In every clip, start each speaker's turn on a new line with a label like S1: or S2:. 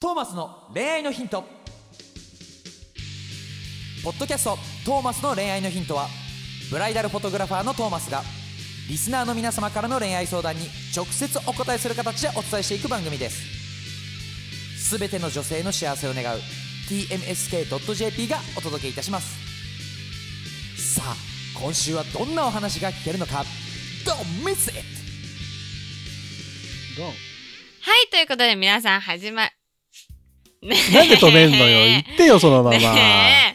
S1: トーマスの恋愛のヒントポッドキャスト「トーマスの恋愛のヒントは」ブライダルフォトグラファーのトーマスがリスナーの皆様からの恋愛相談に直接お答えする形でお伝えしていく番組ですすべての女性の幸せを願う TMSK.jp がお届けいたしますさあ今週はどんなお話が聞けるのか Don't miss it!
S2: はい、ということで皆さん 始ま、ねえ
S3: なんで止めんのよ。言ってよ、そのまま。
S2: ね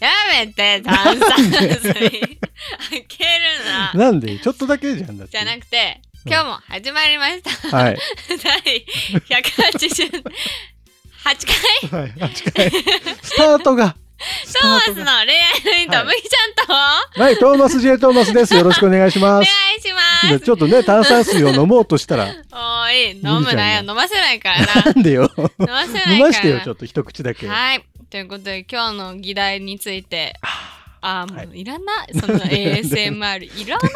S2: えやめて、炭酸水。開けるな。
S3: なんでちょっとだけじゃんだって。
S2: じゃなくて、今日も始まりました。
S3: はい。
S2: 第188回、
S3: はい。あ、近い。スタートが。ス
S2: トーマスの恋愛のヒント、
S3: はい
S2: むぎちゃんと、
S3: はい、トーマス・ジェイ・トーマスです。よろしくお願いし
S2: お
S3: ま
S2: 願
S3: す。
S2: いします。
S3: ちょっとね、炭酸水を飲もうとしたら、
S2: おい、飲むな
S3: 麦ちゃ
S2: よ。
S3: ん
S2: 飲ませないからな。
S3: なんで よ。
S2: 飲ませないからな。
S3: 飲ましてよ、ちょっと一口だけ。
S2: はい。ということで、今日の議題について、あー、もう、、
S3: はい
S2: らない。その ASMR、いらな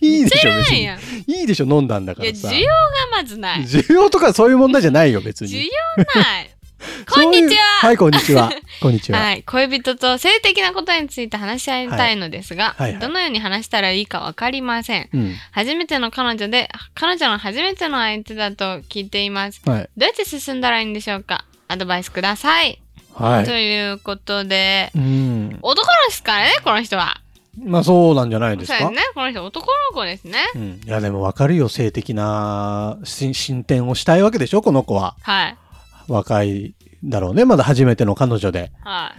S2: い
S3: いでしょ、別
S2: い
S3: に。
S2: やん。い
S3: いいでしょ、飲んだんだか
S2: や、
S3: らさ
S2: 需。要がまずない。
S3: 需要とかそういう問題じゃないよ、別
S2: 需
S3: に。
S2: 要 ない。こん
S3: そういう
S2: にちは。
S3: はい、こんにちは。こんにちは。
S2: はい、恋人と性的なことについて話し合いたいのですが、
S3: はいはいはい
S2: どのように話したらいいか分かりません。
S3: うん。
S2: 初めての彼女で、彼女の初めての相手だと聞いています。
S3: はい。
S2: どうやって進んだらいいんでしょうかアドバイスください。
S3: は
S2: と
S3: い。
S2: いうことで、
S3: うん。
S2: 男の子ですからね、この人は。
S3: まあ、そうなんじゃないです
S2: そう
S3: か
S2: です。ね、この人男の子ですね。
S3: うん、いやでも分かるよ性的なし進展をしたいわけでしょこの子は
S2: はい。
S3: 若いだろうねまだ初めての彼女で
S2: はい。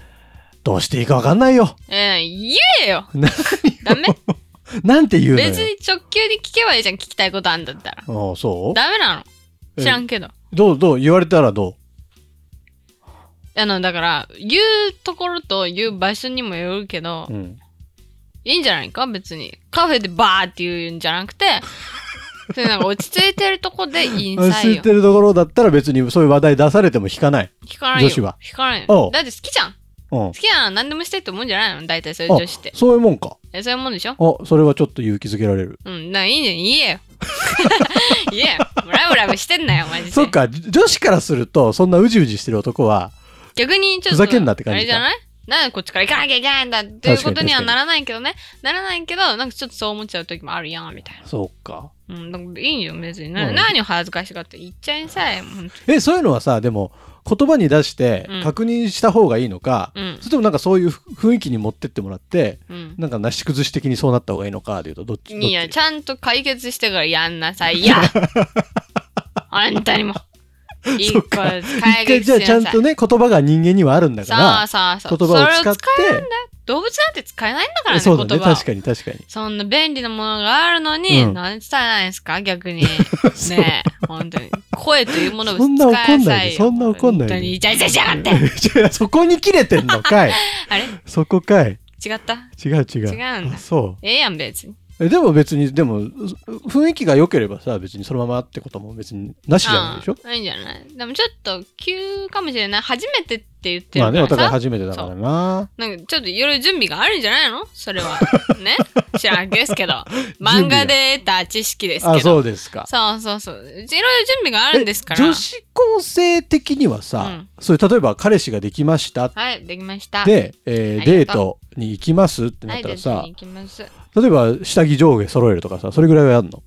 S3: どうしていいか分かんないよ
S2: えー、言えよ
S3: 何
S2: ダメ
S3: なんて言うのよ
S2: 別に直球で聞けばいいじゃん、聞きたいことあんだったら。
S3: ああそ
S2: ダメなの
S3: え
S2: 知らんけど。
S3: うどうどう言われたらど
S2: あの、だから、言うところと言う場所にもよるけど
S3: う、、うん、
S2: いいんじゃないか別に。カフェでバーって言うんじゃなく て、そういうなんか落ち着いてるとこでインサ
S3: 知
S2: イ
S3: っ
S2: よ。
S3: てるところだったら別にそういう話題出されても引かない、
S2: 聞かないよ。
S3: 女子は
S2: 聞かない
S3: お
S2: よ
S3: う。
S2: だって好きじゃん。
S3: う
S2: 好
S3: ん、あ
S2: きなら何でもしてって思うんじゃないの大体そういう女子って。
S3: そういうもんか
S2: えそういうもんでしょ
S3: あそれはちょっと勇気づけられる
S2: うん、だからいいんじゃん。言えよ。 言えよ。ブラブラブしてんなよ、マジで。
S3: そっかじ女子からするとそんなうじうじしてる男は
S2: 逆にちょっと
S3: ふざけんなって感じか
S2: あれじゃないなんでこっちから行かなきゃいけないんだっていうことに
S3: 確かに確
S2: は
S3: かに
S2: ならないけどねならないけどなんかちょっとそう思っちゃう時もあるやんみたい
S3: そうか
S2: なうんなんかいいよ別に、な
S3: うん
S2: 何を恥ずかしがって言っちゃいなさいもう本
S3: えそういうのはさでも言葉に出して
S2: うん
S3: 確認した方がいいのか、
S2: 当うん
S3: それともなんかそういう雰囲気に持ってってもらって
S2: うん
S3: なんかなし崩し的にそうなった方がいいのかでいうとどっちどっち
S2: いやちゃんと解決してからやんな さいやあんたにもいい
S3: そっ
S2: 子
S3: か
S2: 解
S3: 一回
S2: 決し
S3: じゃあちゃ
S2: な
S3: ん
S2: さい
S3: とね言葉が人間にはあるんだ
S2: そう
S3: か
S2: そう
S3: ら
S2: そう
S3: 言葉を使っ
S2: それを使え
S3: て
S2: 動物なんて使えないんだからね
S3: そうだね
S2: 言葉を
S3: 確かに確かに
S2: そんな便利なものがあるのに、
S3: うん
S2: なんで伝えないんですか 逆に。ねえ、本当に。声というものを使
S3: そんな怒
S2: い
S3: ん
S2: な
S3: な
S2: さ
S3: い
S2: い
S3: で
S2: よ。
S3: そんな怒んないで
S2: 本当にイチャイチャしやがって
S3: 違うそこに切 れてんのかい
S2: あれ
S3: そこかい
S2: 違った
S3: 違う違う
S2: 違うんだ
S3: あそ
S2: ええやん、別に。
S3: うえでも別にでも雰囲気が良ければさ別にそのままってことも別になしじゃないでしょ
S2: うんいいんじゃないでもちょっと急かもしれない。初めてって言って
S3: まあ
S2: る
S3: ねお
S2: からさ。
S3: 互い初めてだからな
S2: なんかちょっといろいろ準備があるんじゃないのそれ は。ね知らんですけど。漫画で得た知識ですけど。
S3: あ
S2: そう
S3: そうですか
S2: そうそういろいろ準備があるんですから。
S3: え女子高生的にはさ、そういう例えば彼氏ができました
S2: はい、できました。
S3: で、えー
S2: ありがとう
S3: デートに行きますってな
S2: は
S3: っ
S2: い、
S3: た
S2: じゃ
S3: らさ、
S2: あ次に行きます。
S3: 例えば下着上下揃えるとかさそれぐらいはやんの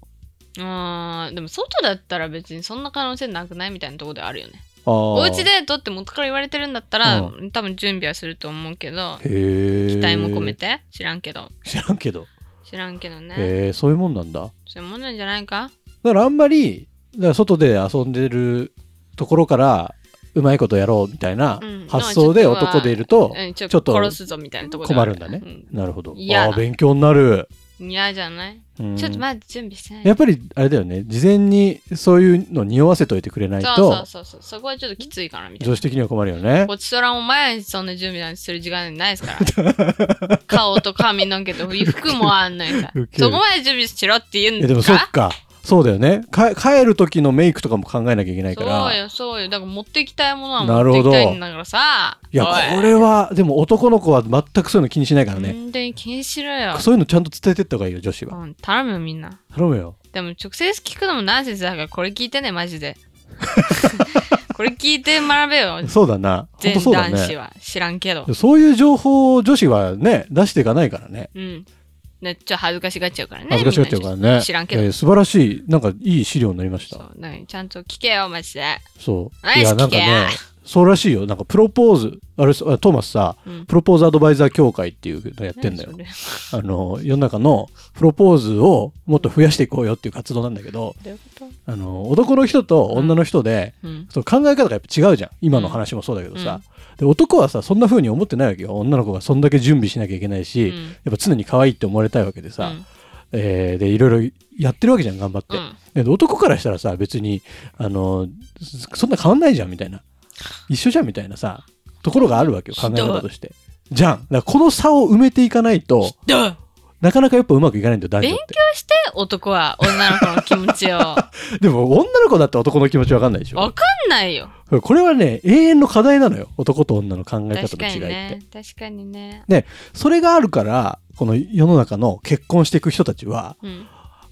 S2: あーでも外だったら別にそんな可能性なくないみたいなところであるよね
S3: あ
S2: お
S3: お
S2: 家でとって元から言われてるんだったら、
S3: う
S2: 多分準備はすると思うけど
S3: へえ
S2: 期待も込めて知らんけど
S3: 知らんけど、
S2: 知らんけどね
S3: へえそういうもんなんだだ
S2: そういうもんなんじゃないか
S3: からあんまりだから外で遊んでるところからうまいことやろうみたいな
S2: うん
S3: 発想で
S2: まあちょっとは
S3: 男でいると
S2: うんちょっ
S3: ちょっ
S2: と
S3: と
S2: 殺すぞみたいなところ
S3: 困るんだね、なるほど
S2: 嫌
S3: あ
S2: だ
S3: あー勉強になる、
S2: 嫌、じゃない、
S3: うん
S2: ちょっとまだ準備してない
S3: やっぱりあれだよね事前にそういうの匂わせといてくれないと
S2: そうそうそうそうそこはちょっときついかなみたいな
S3: 女子的には困るよね
S2: こっちとらも前にそんな準備なんてする時間ないです から。顔と髪の毛と服もあんのにさ
S3: ウ。ケる
S2: そこまで準備しろって言うん
S3: え
S2: だ
S3: でもそっかそうだよねか帰る時のメイクとかも考えなきゃいけないか
S2: そう
S3: ら
S2: よ、そうよ。だから持ってきたいものは
S3: なる
S2: 持っ
S3: ほど
S2: てきたいんだからさ。
S3: いやこれはでも男の子は全くそういうの気にしないから
S2: おい
S3: ね
S2: 本当に気にしろよ。
S3: そういうのちゃんと伝えてった方がいいよ女子は
S2: うん頼むよ、みんな。
S3: 頼むよ
S2: でも直接聞くのもナンセンスだから、これ聞いてね、マジで。これ聞いて学べよ。
S3: そうだな。本
S2: 全
S3: 当そうだ
S2: 男子
S3: ね。
S2: は。知らんけど。
S3: そういう情報を女子はね、出していかないからね。
S2: うん。ね、ちょっと恥ずかしがっちゃうからね。
S3: 恥ずかしがってるから
S2: みんな
S3: ね。
S2: 知らんけど。
S3: えー素晴らしい、なんかいい資料になりまし
S2: そ
S3: た。
S2: うなんちゃんと聞けよ、マジで。
S3: そう。
S2: ナイス
S3: いや、なんかね、そうらしいよ。なんかプロポーズ、あれ、あトーマスさ、
S2: うん
S3: プロポーズアドバイザー協会っていうのやってんだよ。
S2: 何そ
S3: あの、世の中のプロポーズをもっと増やしていこうよっていう活動なんだけど、
S2: れどういうこ
S3: あの、男の人と女の人で、
S2: とうん。
S3: その考え方がやっぱ違うじゃん。今の話もそうだけどさ。で、男はさ、そんな風に思ってないわけよ。女の子がそんだけ準備しなきゃいけないし、
S2: うん
S3: やっぱ常に可愛いって思われたいわけでさ、
S2: うん
S3: えーで、いろいろやってるわけじゃん、頑張って。
S2: うん
S3: で男からしたらさ、別に、あの、そそんな変わんないじゃん、みたいな。一緒じゃん、みたいなさ、ところがあるわけよ、
S2: ひど
S3: 考
S2: い
S3: え方として。じゃん。だからこの差を埋めていかないと、
S2: どう
S3: なかなかやっぱうまくいかないんだよ、男女
S2: 勉
S3: っ
S2: 強して、男は女の子の気持 ちを。わ
S3: て。でも、女の子だって男の気持ちわかんないでしょ。
S2: かんないよ。
S3: これはね、永遠の課題なのよ。男と女の考え
S2: 確
S3: 方の
S2: か
S3: 違いっ
S2: に
S3: て。
S2: ね。確かにね。
S3: で、それがあるから、この世の中の結婚していく人たちは、
S2: うん。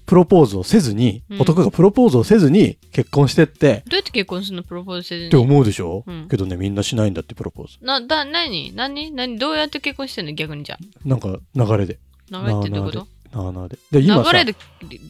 S3: プロポーズをせずに、
S2: うん
S3: 男がプロポーズをせずに結婚してって、
S2: どうやって結婚するのプロポーズせず
S3: って
S2: に。
S3: 思うでしょ、
S2: うん
S3: けどね、みんなしないんだって、プロポーズ。
S2: な、だ、なになになにどうやって結婚してんの逆にじゃあ。
S3: なんか、流れで。
S2: 流れってどういうこと
S3: なあなあで。で、今
S2: 流
S3: さ、
S2: れで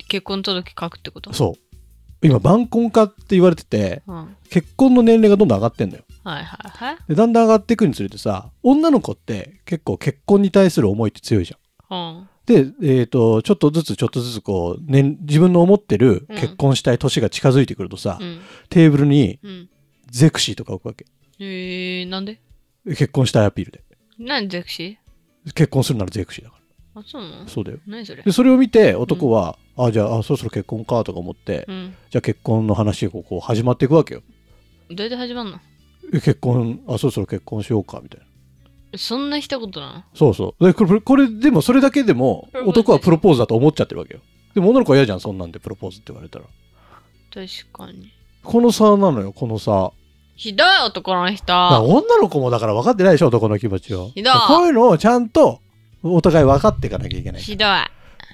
S2: 結婚届書くってこと
S3: そう。今、晩婚化って言われてて、
S2: うん。はい
S3: 結婚の年齢がどんどん上がってんだよ。
S2: はいはい。
S3: で、だんだん上がっていくにつれてさ、女の子って結構結婚に対する思いって強いじゃん。
S2: うん。
S3: で、えっ、と、ちょっとずつちょっとずつこう、年自分の思ってる
S2: うん
S3: 結婚したい年が近づいてくるとさ、
S2: うん。
S3: テーブルに
S2: うん。
S3: ゼクシーとか置くわけ。
S2: えー、なんで
S3: 結婚したいアピールで。
S2: なんでゼクシ
S3: 結婚するならゼクシーだか
S2: ーあ、そうなの
S3: ら。そうだよ。
S2: 何それ
S3: で、それを見て男は、あ、じゃああ、そろそろ結婚かとか思って、
S2: うん。
S3: じゃあ結婚の話がこう始まっていくわけよ。
S2: どうやって始まんの
S3: え結婚、あ、そろそろ結婚しようかみたいな。
S2: そんな一言なの
S3: そうそう。で、これ、これでもそれだけでも
S2: プロポーズ
S3: 男はプロポーズだと思っちゃってるわけよ。でも女の子は嫌じゃん、そんなんでプロポーズって言われたら。
S2: 確かに。
S3: この差なのよ、この差。
S2: ひどい男の人。
S3: だから女の子もだから分かってないでしょ男の気持ちを
S2: ひどい
S3: こういうのをちゃんとお互い分かっていかなきゃいけない
S2: ひどい。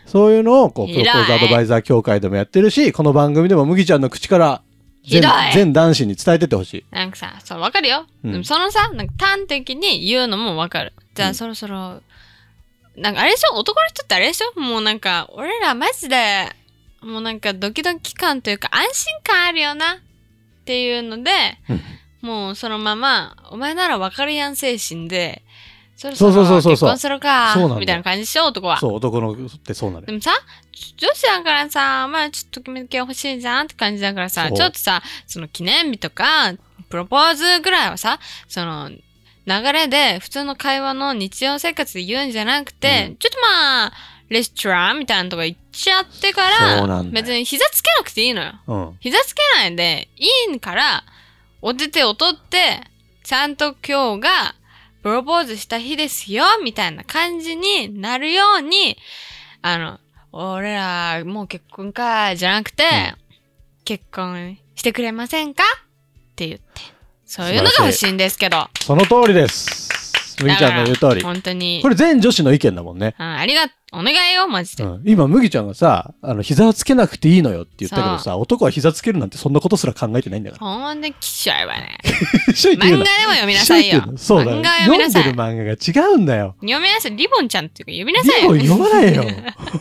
S3: そういうのをこうプロ
S2: ひど
S3: ポ
S2: い
S3: ーズアドバイザー協会でもやってるしこの番組でも麦ちゃんの口から全
S2: ひどい
S3: 全男子に伝えてってほしい
S2: なんかさ、それわかるよ。
S3: うん
S2: でもそのさ、なんか端的に言うのもわかる。じゃあ、
S3: うん
S2: そろそろ、なんかあれでしょ男の人ってあれでしょもうなんか、俺らマジで、もうなんかドキドキ感というか安心感あるよなっていうので、
S3: うん
S2: もうそのまま、お前ならわかるやん精神で、そろ
S3: そう
S2: そ
S3: そう
S2: ろ
S3: そう
S2: 結
S3: そう
S2: 婚するか
S3: そうなんだよ、
S2: みたいな感じでしょ男は。
S3: そう男の子ってそうなの
S2: で
S3: よ
S2: もさ、女子だからさ、まあちょっと決めて欲しいじゃんって感じだからさ、
S3: そう
S2: ちょっとさ、その記念日とか、プロポーズぐらいはさ、その、流れで普通の会話の日常生活で言うんじゃなくて、
S3: う
S2: ちょっとまあ、レストランみたいなとこ行っちゃってか
S3: そうな
S2: ら、
S3: んだよ
S2: 別に膝つけなくていいのよ。
S3: うん
S2: 膝つけないでいいから、お手手を取って、ちゃんと今日がプロポーズした日ですよ、みたいな感じになるように、あの、俺らもう結婚か、じゃなくて、
S3: う
S2: 結婚してくれませんかって言って。そういうのが欲しいんですけど。
S3: その通りです麦ちゃんの言う通り
S2: 本当に
S3: こ。れ全女子の意見だもんね
S2: うんありが、お願いよ、マジで。
S3: うん、今麦ちゃんがさあの膝をつけなくていいのよって言ったけどさ男は膝つけるなんてそんなことすら考えてないんだから
S2: ほんで、きしょいわね。
S3: 一緒に
S2: 漫画
S3: 言うな
S2: でも読みなさ いよ。
S3: そうだよ
S2: 漫画は読み
S3: 読
S2: なんさ
S3: でる
S2: い。読
S3: 漫画が違うんだ よ。
S2: みなさい。リボンちゃんっていうか読みなさい
S3: リ
S2: よ。
S3: ボン読まないよ。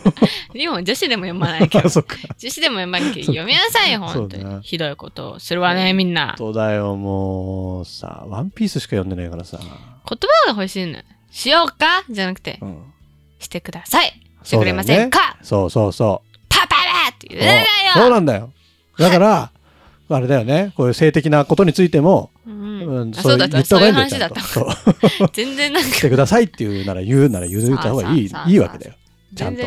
S2: でも女子でも読まないけど
S3: あ、。 そっか。
S2: 女子でも読まないけど、読みなさいよ、
S3: そう
S2: 本当
S3: そうだな
S2: に。ひどいことをするわね、みんな。言
S3: そうだよ、もうさ、ワンピースしか読んでないからさ。
S2: 葉が欲しいのよ。しようかじゃなくて
S3: う、ん。
S2: してください。してくれませんか、
S3: そうそうそ
S2: パパだって
S3: う。
S2: 言うな
S3: そう
S2: よ
S3: なんだよ。だ から、あれだよね、こういう性的なことについても、
S2: うん
S3: うん
S2: あそうだった、そういう話だっ た。
S3: そう言た方がいいんだよちゃんとそう
S2: 全然なんか、
S3: してくださいって いうなら言うなら言うた方がいい
S2: さあさあさあ
S3: いいわけだよ。ちゃ
S2: 全
S3: んと。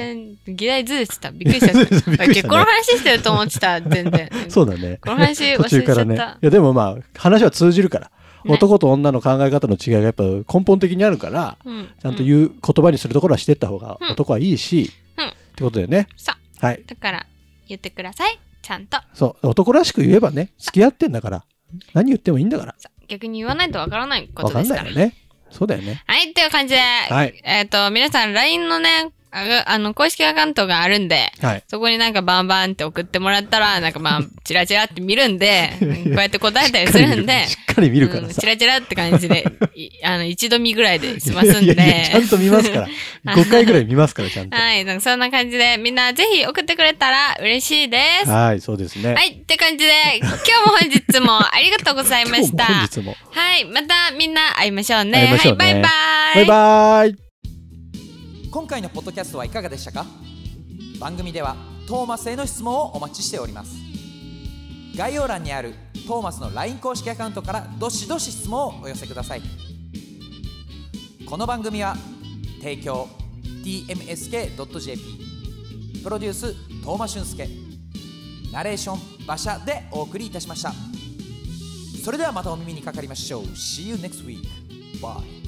S2: 然、議題ず れてた。びっくりしちゃっ
S3: びっくりした
S2: た。
S3: ね
S2: 結婚の話してると思ってた、全然。
S3: そうだね。
S2: この話忘
S3: 途
S2: れち
S3: 中
S2: ゃった
S3: からね。いや、でもまあ、話は通じるから。
S2: ね
S3: 男と女の考え方の違いがやっぱ根本的にあるから、
S2: うん。
S3: ちゃんと
S2: う。
S3: 言う言葉にするところはしてった方が
S2: うん
S3: 男はいいし、
S2: うん
S3: ってことだよね。
S2: そう。
S3: はい。
S2: だから、言ってください。ちゃんと。
S3: そう。男らしく言えばね、付き合ってんだから、何言ってもいいんだから。
S2: そう逆に言わないとわからないこ
S3: わ
S2: と
S3: か
S2: で
S3: ん
S2: すか
S3: な
S2: ら
S3: いよ。ね。そうだよね。
S2: はい、という感じで、
S3: はい
S2: えっ、と、皆さん、LINE のね、あがあの、公式アカウントがあるんで、
S3: はい。
S2: そこになんかバンバンって送ってもらったら、なんかまあ、チラチラって見るん で、こうやって答えたりするんで、
S3: しっかり見るから
S2: うん
S3: さ
S2: チ。ラチラって感じで、いあの、一度見ぐらいで済ますん
S3: いやいやいや
S2: で
S3: ち。ゃんと見ます から。5回ぐらい見ますから、ちゃんと。
S2: はい、なんかそんな感じで、みんなぜひ送ってくれたら嬉しいです。は
S3: はい、そうですね。
S2: い、って感じで、今日も本日もありがとうございました。
S3: 今日も本日も。
S2: はい、またみんな会いましょうね。
S3: 会いましょうね
S2: はい、バイバイ。
S3: バイバイ。
S1: 今回のポッドキャストはいかがでしたか番組ではトーマスへの質問をお待ちしております概要欄にあるトーマスの LINE 公式アカウントからどしどし質問をお寄せくださいこの番組は提供 tmsk.jp プロデューストーマ俊介ナレーション馬車でお送りいたしましたそれではまたお耳にかかりましょう See you next week Bye